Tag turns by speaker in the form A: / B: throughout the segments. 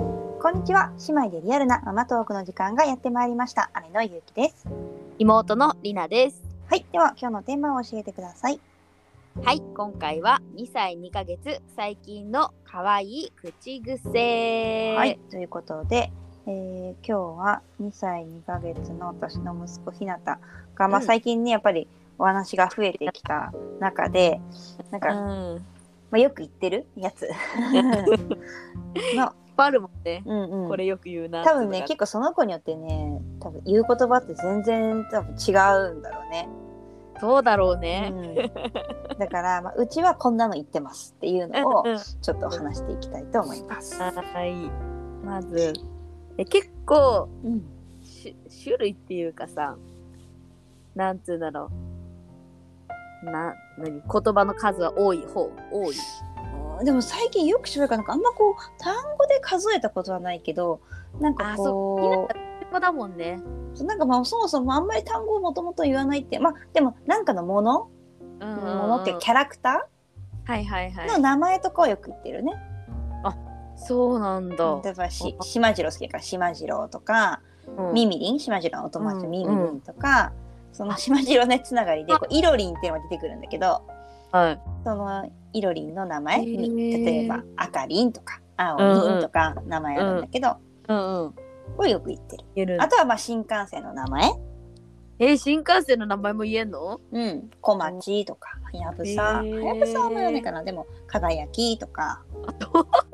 A: こんにちは姉妹でリアルなママトークの時間がやってまいりました姉のゆうきです
B: 妹のりなです
A: はいでは今日のテーマを教えてください
B: はい今回は2歳2ヶ月最近の可愛い口癖
A: はい、ということで、えー今日は2歳2ヶ月の私の息子ひなたが、まあ、
B: うん
A: 最近ねやっぱりお話が増えてきた中でなん
B: う
A: か、ま
B: んいっ
A: あ、よく言ってるや つの、
B: ぱいあるもんね、
A: うんうん、
B: これよく言うな
A: 多分ね結構その子によってね多分言う言葉って全然多分違うんだろうね、
B: 構そうだろうね、
A: うん、だから、まあ、うちはこんなの言ってますっていう のを
B: うん
A: ちょっと話していきたいと思います、
B: はいまずえ結構
A: うん
B: し種類っていうかさなんつうんだろうな何言葉の数は多い方多い
A: でも最近よく調べるからなんかあんまこう単語で数えたことはないけどなんか
B: あ
A: こ
B: そうこだもんね
A: なんかまあそもそもあんまり単語をもともと言わないってまあでもなんかのもの、
B: うんうん
A: も
B: うん
A: のっていうキャラクタ
B: はいはいは
A: ー
B: い
A: の名前とかをよく言ってるね、
B: そうなんだ、
A: 例えばし島次郎好きだから島次郎とか、
B: うん
A: ミミリン島次郎のお友達の
B: うん
A: ミミリンとか、その島次郎ねつながりでこうイロリンっていうのが出てくるんだけど
B: はい
A: そのイロリンの名前、
B: へー
A: 例えば赤リンとか青リンとか名前あるんだけど、
B: うんうん
A: これよく言ってる。
B: 言える
A: あとはまあ新幹線の名前、
B: えー新幹線の名前も言えんの
A: うん、小町とか、はやぶさ、は
B: へー
A: やぶさはあんまりないかな、でも、輝きとか、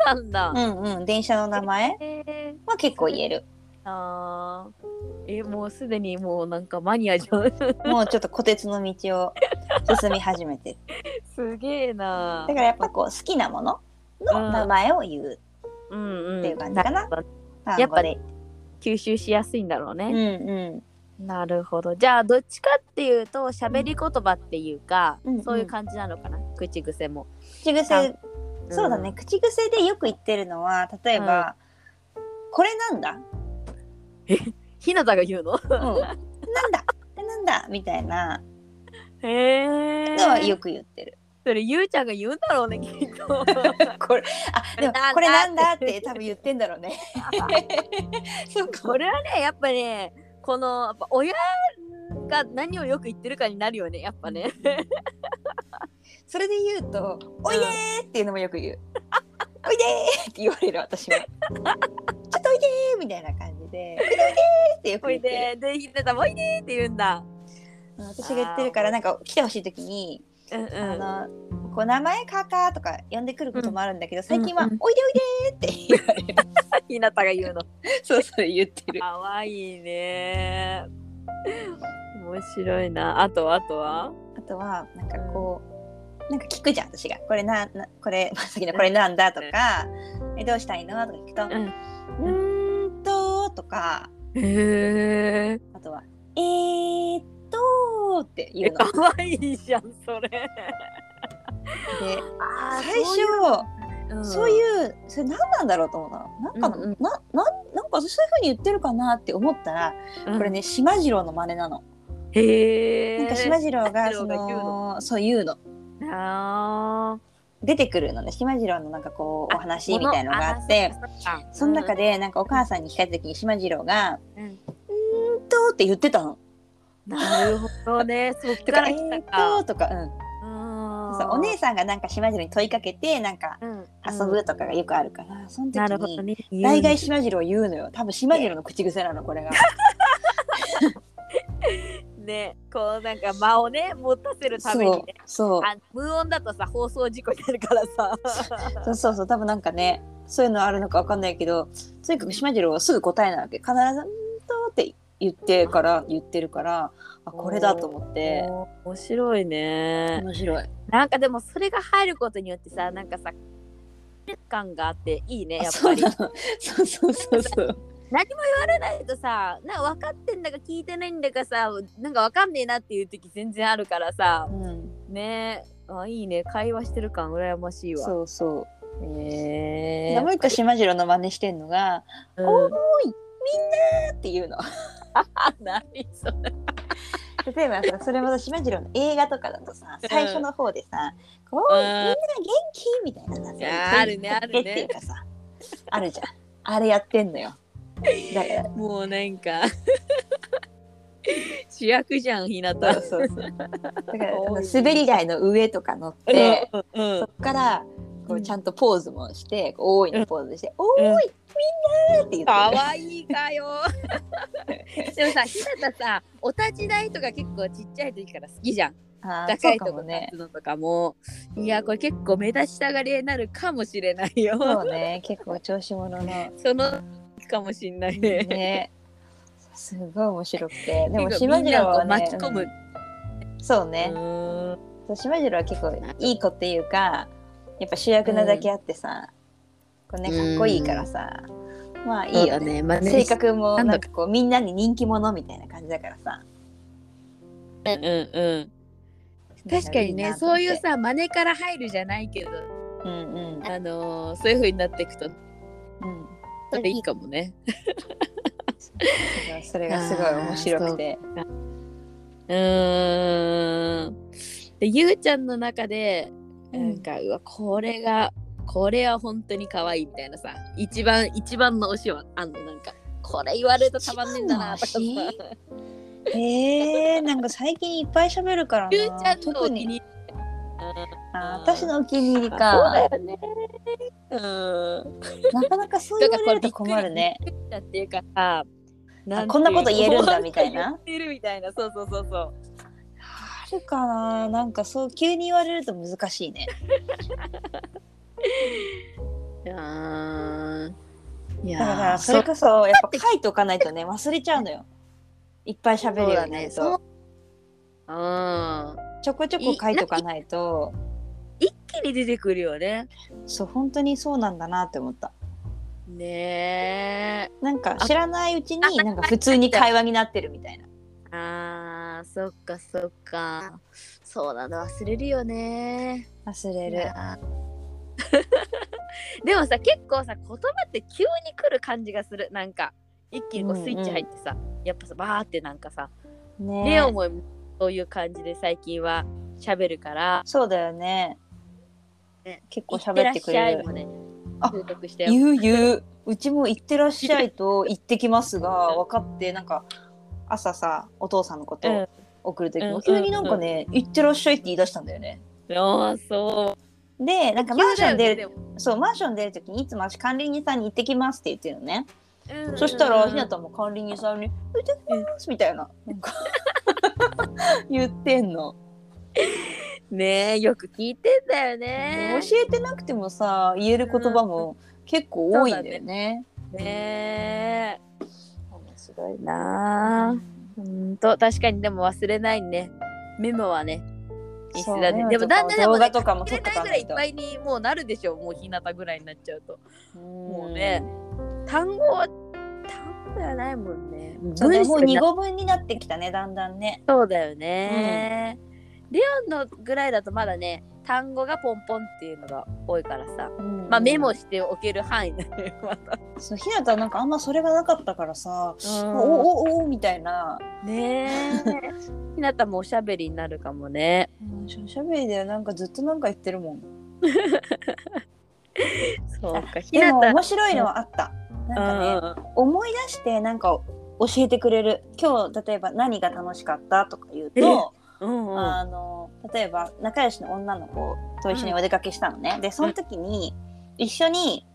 B: なんだ、
A: うんうん、電車の名前
B: え
A: は結構言える。
B: ー、あーえーもうすでにもうなんかマニアじゃん
A: もうちょっと虎鉄の道を進み始め てる。
B: すげえな
A: だからやっぱこう、好きなものの名前を言う
B: うんうん
A: っていう感じかな。
B: や
A: 単
B: っぱ
A: 語で。
B: 吸収しやすいんだろう
A: うん
B: ね、
A: う
B: なるほどじゃあどっちかっていうと喋り言葉っていうか、
A: うん
B: そういう感じなのかな口癖も、
A: ん。口癖、
B: ん
A: そうだね、口癖でよく言ってるのは、例えば、これなんだ、
B: ひなたが言うの
A: うん、なんだなんだみたいな
B: へえ
A: のはよく言ってる。
B: それゆうちゃんが言うんだろうねきっと
A: これあでもこ
B: こ
A: れ
B: れ
A: な
B: なんん
A: だ
B: だ
A: っ
B: って
A: て多分言ってんだろう ね。そう
B: こ
A: か。
B: れはねやっぱねこのやっぱ親が何をよく言ってるかになるよねやっぱね
A: それで言うと「おいでー!」っていうのもよく言う。おいでーって言われる私も。ちょっとおいでーみたいな感じで。 おいでーってよく
B: お
A: 言っ
B: い
A: てる。
B: ででひなたもおいでって言うんだ
A: うん私が言ってるからなんか来てほしい時に、
B: うんうん
A: あのこう名前かかとか呼んでくることもあるんだけど、最近は
B: うんうん
A: 「おいでおいでー!」って言われる。
B: ひなたが言うの
A: そうそれ言ってる。
B: かわいいね面白いなあとあとは
A: あとはなんかこう、なんか聞くじゃん私が「これななこれ まさきのこれなんだ?」とか「えどうしたいの?」とか聞くと
B: うん
A: 「うーんと」とか
B: へえ
A: あとは「えーっと」っていうの
B: かわいいじゃんそれ
A: で
B: あ
A: 最初そう
B: う
A: いうそれ何なんだろうと思うのなんかの、
B: うんうん
A: なななんか私そういうふうに言ってるかなって思ったら
B: こ
A: これね島次郎の真似なの。
B: へえ
A: なんか島次郎が
B: 島次
A: そ
B: 郎が言うの
A: のそう言うの。
B: あ
A: 出てくるのね島次郎のなんかこうお話みたいのがあって。その
B: の
A: 中
B: 中で
A: でなんかお母さんに聞かれた時に島次郎が「
B: うん
A: うーんと」って言ってたの。
B: なるほどね。そっ
A: と
B: か
A: か「
B: ら
A: え
B: 来た
A: ー
B: か。
A: と」とか、うん、そうお姉さんがなんか島次郎に問いかけてなんか
B: うん、
A: 遊ぶとかがよくあるから、その
B: なるほ
A: 時
B: ど
A: に
B: ね。
A: 大概島次郎言うのよ多分島次郎の口癖なのこれが。
B: ね、こうなんか間をね、持たせるために
A: そう
B: ね。
A: そう
B: あ無音だとさ、放送事故になるからさ。
A: そうそうそう多分なんかねそういうのあるのかわかんないけどとにかく島次郎はすぐ答えなわけ必ず「うーんと」って言ってから言ってるからあこれだと思って
B: おー面白いね。
A: 面白い。
B: なんかでもそれが入ることによってさ、なんかさ、感があっていいね、や
A: あ
B: っ
A: そ
B: ぱ
A: う
B: り。
A: な
B: 言
A: のそうそうそうそう。
B: われないとさ、なんか分かってんだか聞いてないんだかさ、なんか分かんねえなっていう時全然あるからさ、
A: うん
B: ねあ、いいね、会話してる感羨ましいわ。
A: そうそう。
B: え
A: でもう一個島次郎の真似してんのが
B: う
A: お
B: ん、
A: っていうの。
B: 何それ
A: 例えばさそれまた島次郎の映画とかだとさ最初の方でさ「こうみんな元気?」みたいなさ
B: いやーあるねある
A: 元
B: ね
A: 気っていうかさあるじゃん。あれやってんのよだから
B: もうなんか 主役じゃんひなた
A: そうそうそうだからあ
B: 多
A: の
B: い
A: 滑り台の上とか乗って、
B: うんうん
A: そっからこ
B: う
A: う
B: ん
A: ちゃんとポーズもして、こう大いのポーズして「お
B: ん
A: ーいみんな!」って言って
B: かわいいかよ でもさひなたさお立ち台とか結構ちっちゃい時から好きじゃん
A: あー
B: 高い
A: そ
B: と
A: うか
B: こ
A: も
B: 立
A: ね
B: つのとかもいやこれ結構目立ちたがりになるかもしれないよ
A: そうね結構調子者のね
B: その かもしんないね
A: すごい面白くてで
B: で
A: も島次郎は、ね、
B: 巻き込む、
A: うんそうね、
B: うん
A: そう島次郎は結構いい子っていうかやっぱ主役なだけあってさ、こうねかっこいいからさ、まあいいよね
B: ね真似
A: 性
B: して
A: 格も
B: なんだ
A: なんかこうみんなに人気者みたいな感じだからさ
B: うんうん確かにねそういう、さ真似から入るじゃないけど
A: だからいいなと思って
B: あのーそういう風になっていくと
A: うんうんうん、
B: それいいかもね
A: それがすごい面白くて
B: うーんでゆうちゃんの中でなんか、うわこれがこれは本当に可愛いみたいなさ一番一番の推しはあんのなんかこれ言われるとたまんねえんだなとかさ
A: 一番の推えー、なんか最近いっぱい喋るからな
B: ゆうちゃんのお
A: 特
B: 気に入
A: に
B: り
A: あ私のお気に入り
B: あそうだ
A: か
B: よねうん
A: なかなかそう
B: だ
A: 言
B: か
A: われ
B: らこ
A: ると
B: れびっくり
A: 困るね。
B: びっくりしたっていうかさていう
A: こんなこと言えるんだみたい
B: こん
A: な
B: こと言ってるみたいなそうそうそうそ
A: あ
B: う
A: るかななんかそう急に言われると難しいね
B: いや
A: だからそれこそやっぱ書いておかないとね忘れちゃうのよいっぱい喋るようになる
B: そうだね
A: と
B: うん
A: ちょこちょこ書いておかないと
B: 一気に出てくるよね
A: そう本当にそうなんだなって思った
B: ねえ
A: なんか知らないうちに
B: あ
A: なんか普通に会話になってるみたいな
B: あーそっかそっかそうなの忘れるよね
A: 忘れ
B: い
A: る
B: やー でもさ結構さ言葉って急に来る感じがするなんか一気にこう
A: うんうん
B: スイッチ入ってさ、やっぱさバーってなんかさ、
A: ね
B: レオもそういう感じで最近は喋るから
A: そうだよね
B: ね
A: 結
B: 「
A: 構
B: いって
A: 喋
B: ら
A: っ
B: って
A: く
B: しゃ
A: れ
B: い」
A: る
B: もね
A: あ
B: 習得して
A: 言う言ううちも「行ってらっしゃい」と「行ってきます」が分かってなんか朝さお父さんのこと
B: うん
A: を送る時
B: うん
A: も急になんかね「行ってらっしゃい」って言い出したんだよね。
B: ああそ
A: でなん
B: う
A: かマンション出る、
B: る、
A: そうマンション出る時にいつも私管理人さんに行ってきますって言ってるのね、
B: うんうんうん
A: そしたらひなたも管理人さんに「行ってきます」みたいななんか言ってんの、
B: ねえよく聞いてんだよね
A: 教えてなくてもさ言える言葉も結構多いんだよね。
B: ねえ面白いなあうんと確かにでも忘れないねメモはね必
A: そう
B: 須だねでも
A: メモとか
B: だんだんでも
A: 動
B: ね
A: 画とかも撮
B: 入
A: っ
B: れ
A: と
B: な
A: か
B: いぐ
A: な
B: らいい
A: い
B: っ
A: と
B: ぱいにもうなるでしょうもう日向ぐらいになっちゃうとも
A: も
B: うね単語は単語じゃないもんね
A: そうね、もう
B: 文し
A: 二
B: かな
A: 語分になってきたね、だんだんね。
B: そうだよね、レオンのぐらいだとまだね単語がポンポンっていうのが多いからさまあメモしておける範囲だねまだ
A: そう、ひなたなんかあんまそれがなかったからさ、おおおおみたいな。
B: ねえひなたもおしゃべりになるかもね
A: うんしゃしゃべりでなんかずっとなんか言ってるもん。
B: そうかひ
A: で
B: な
A: も
B: た
A: 面白いのはあった。なんかね、思い出してなんか教えてくれる。今日例えば何が楽しかったとか言うと、
B: うんうんうん
A: あの例えば仲良しの女の子と一緒にお出かけしたのね。で、その時に一緒に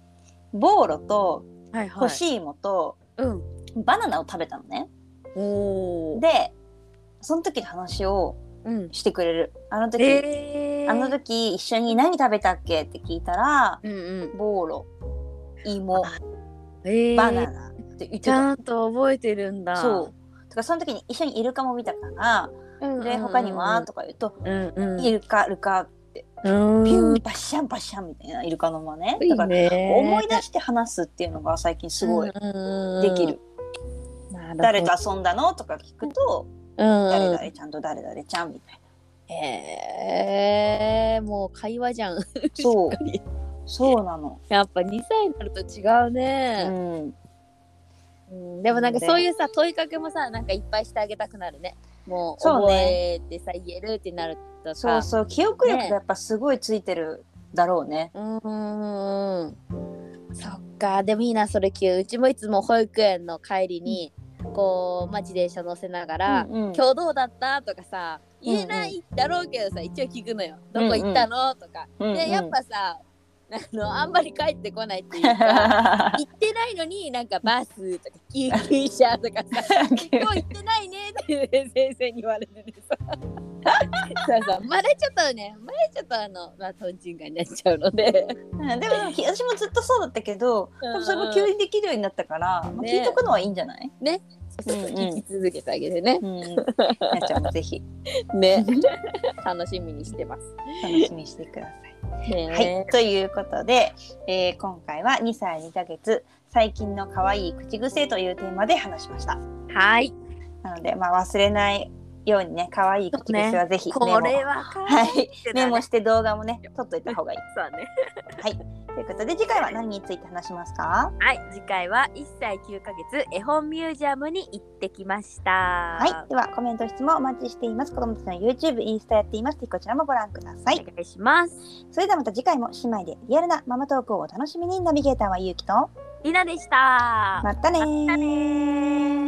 A: ボーロと
B: はいは
A: 干
B: い
A: し芋と
B: うん
A: バナナを食べたのね。
B: おー
A: でその時の話を
B: うん
A: してくれるあの時、
B: えー
A: あの時一緒に何食べたっけって聞いたら
B: うんうん
A: ボーロ芋
B: えー
A: バナナって言って
B: ち
A: た、
B: ゃんと覚えてるんだ
A: そうだからその時に一緒にイルカも見たから
B: うんうんうん
A: で他にはとか言うと
B: うんうん
A: イルカルカ
B: うん
A: ピュンバシャンバシャンみたいなイルカの真似
B: い
A: だ
B: い
A: から
B: ね
A: 思い出して話すっていうのが最近すごい
B: うんうんうん
A: できる、
B: なるほど
A: 誰と遊んだのとか聞くと、
B: うんうん
A: 誰々ちゃんと誰々ちゃんみたい
B: えーもう会話じゃん
A: なそう
B: かり
A: そうなの、
B: やっぱ2歳になると違うね、
A: うん
B: うんでもなんかそういうさ問いかけもさなんかいっぱいしてあげたくなるねもう
A: そう
B: 覚
A: ね
B: えてさ、言えるってなると
A: そ
B: さ
A: うそう記憶力がやっぱすごいついてるだろうね。
B: うんうんうんそっかでもいいなそれ急うちもいつも保育園の帰りにこう、まあ、自転車乗せながら、
A: うんうん
B: 今日どうだったとかさ
A: うんうん
B: 言えないだろうけどさ、一応聞くのよどこ行ったの、とか
A: うんうん
B: でや っぱさあのあんまり帰ってこないっていう か行ってないのになんかバスとか救急車とかさ今日行ってないねって先生に言われてるさそうそうまだちょっとねまだちょっとあのまあとんちんかになっちゃうので
A: うんでもでもき私もずっとそうだったけど、
B: うん
A: でもそれも急にできるようになったから、まあ
B: ね
A: 聞いとくのはいいんじゃない？
B: そうそう
A: うんうん
B: 聞き続けてあげてね
A: うん、やっちゃんもぜひ
B: ね楽しみにしてます
A: 楽しみにしてください。はい
B: ね、
A: ということで、えー今回は2歳2ヶ月最近の可愛い口癖というテーマで話しました。
B: はい
A: なので、まあ、忘れないようにね可愛い口癖はぜひメモ,、
B: これは可
A: は
B: 愛い
A: い、
B: って
A: メ
B: な
A: モ
B: ね
A: して動画もね撮っといた方がいい。
B: そうね
A: ということで次回は何について話しますか？
B: はい次回は1歳9ヶ月絵本ミュージアムに行ってきました
A: はい、ではコメント質問お待ちしています。子供たちの YouTube、インスタやっていますのでこちらもご覧ください。
B: お願いします
A: それではまた次回も姉妹でリアルなママトークをお楽しみにナビゲーターはゆうきと
B: りなでした
A: まったねー
B: またねー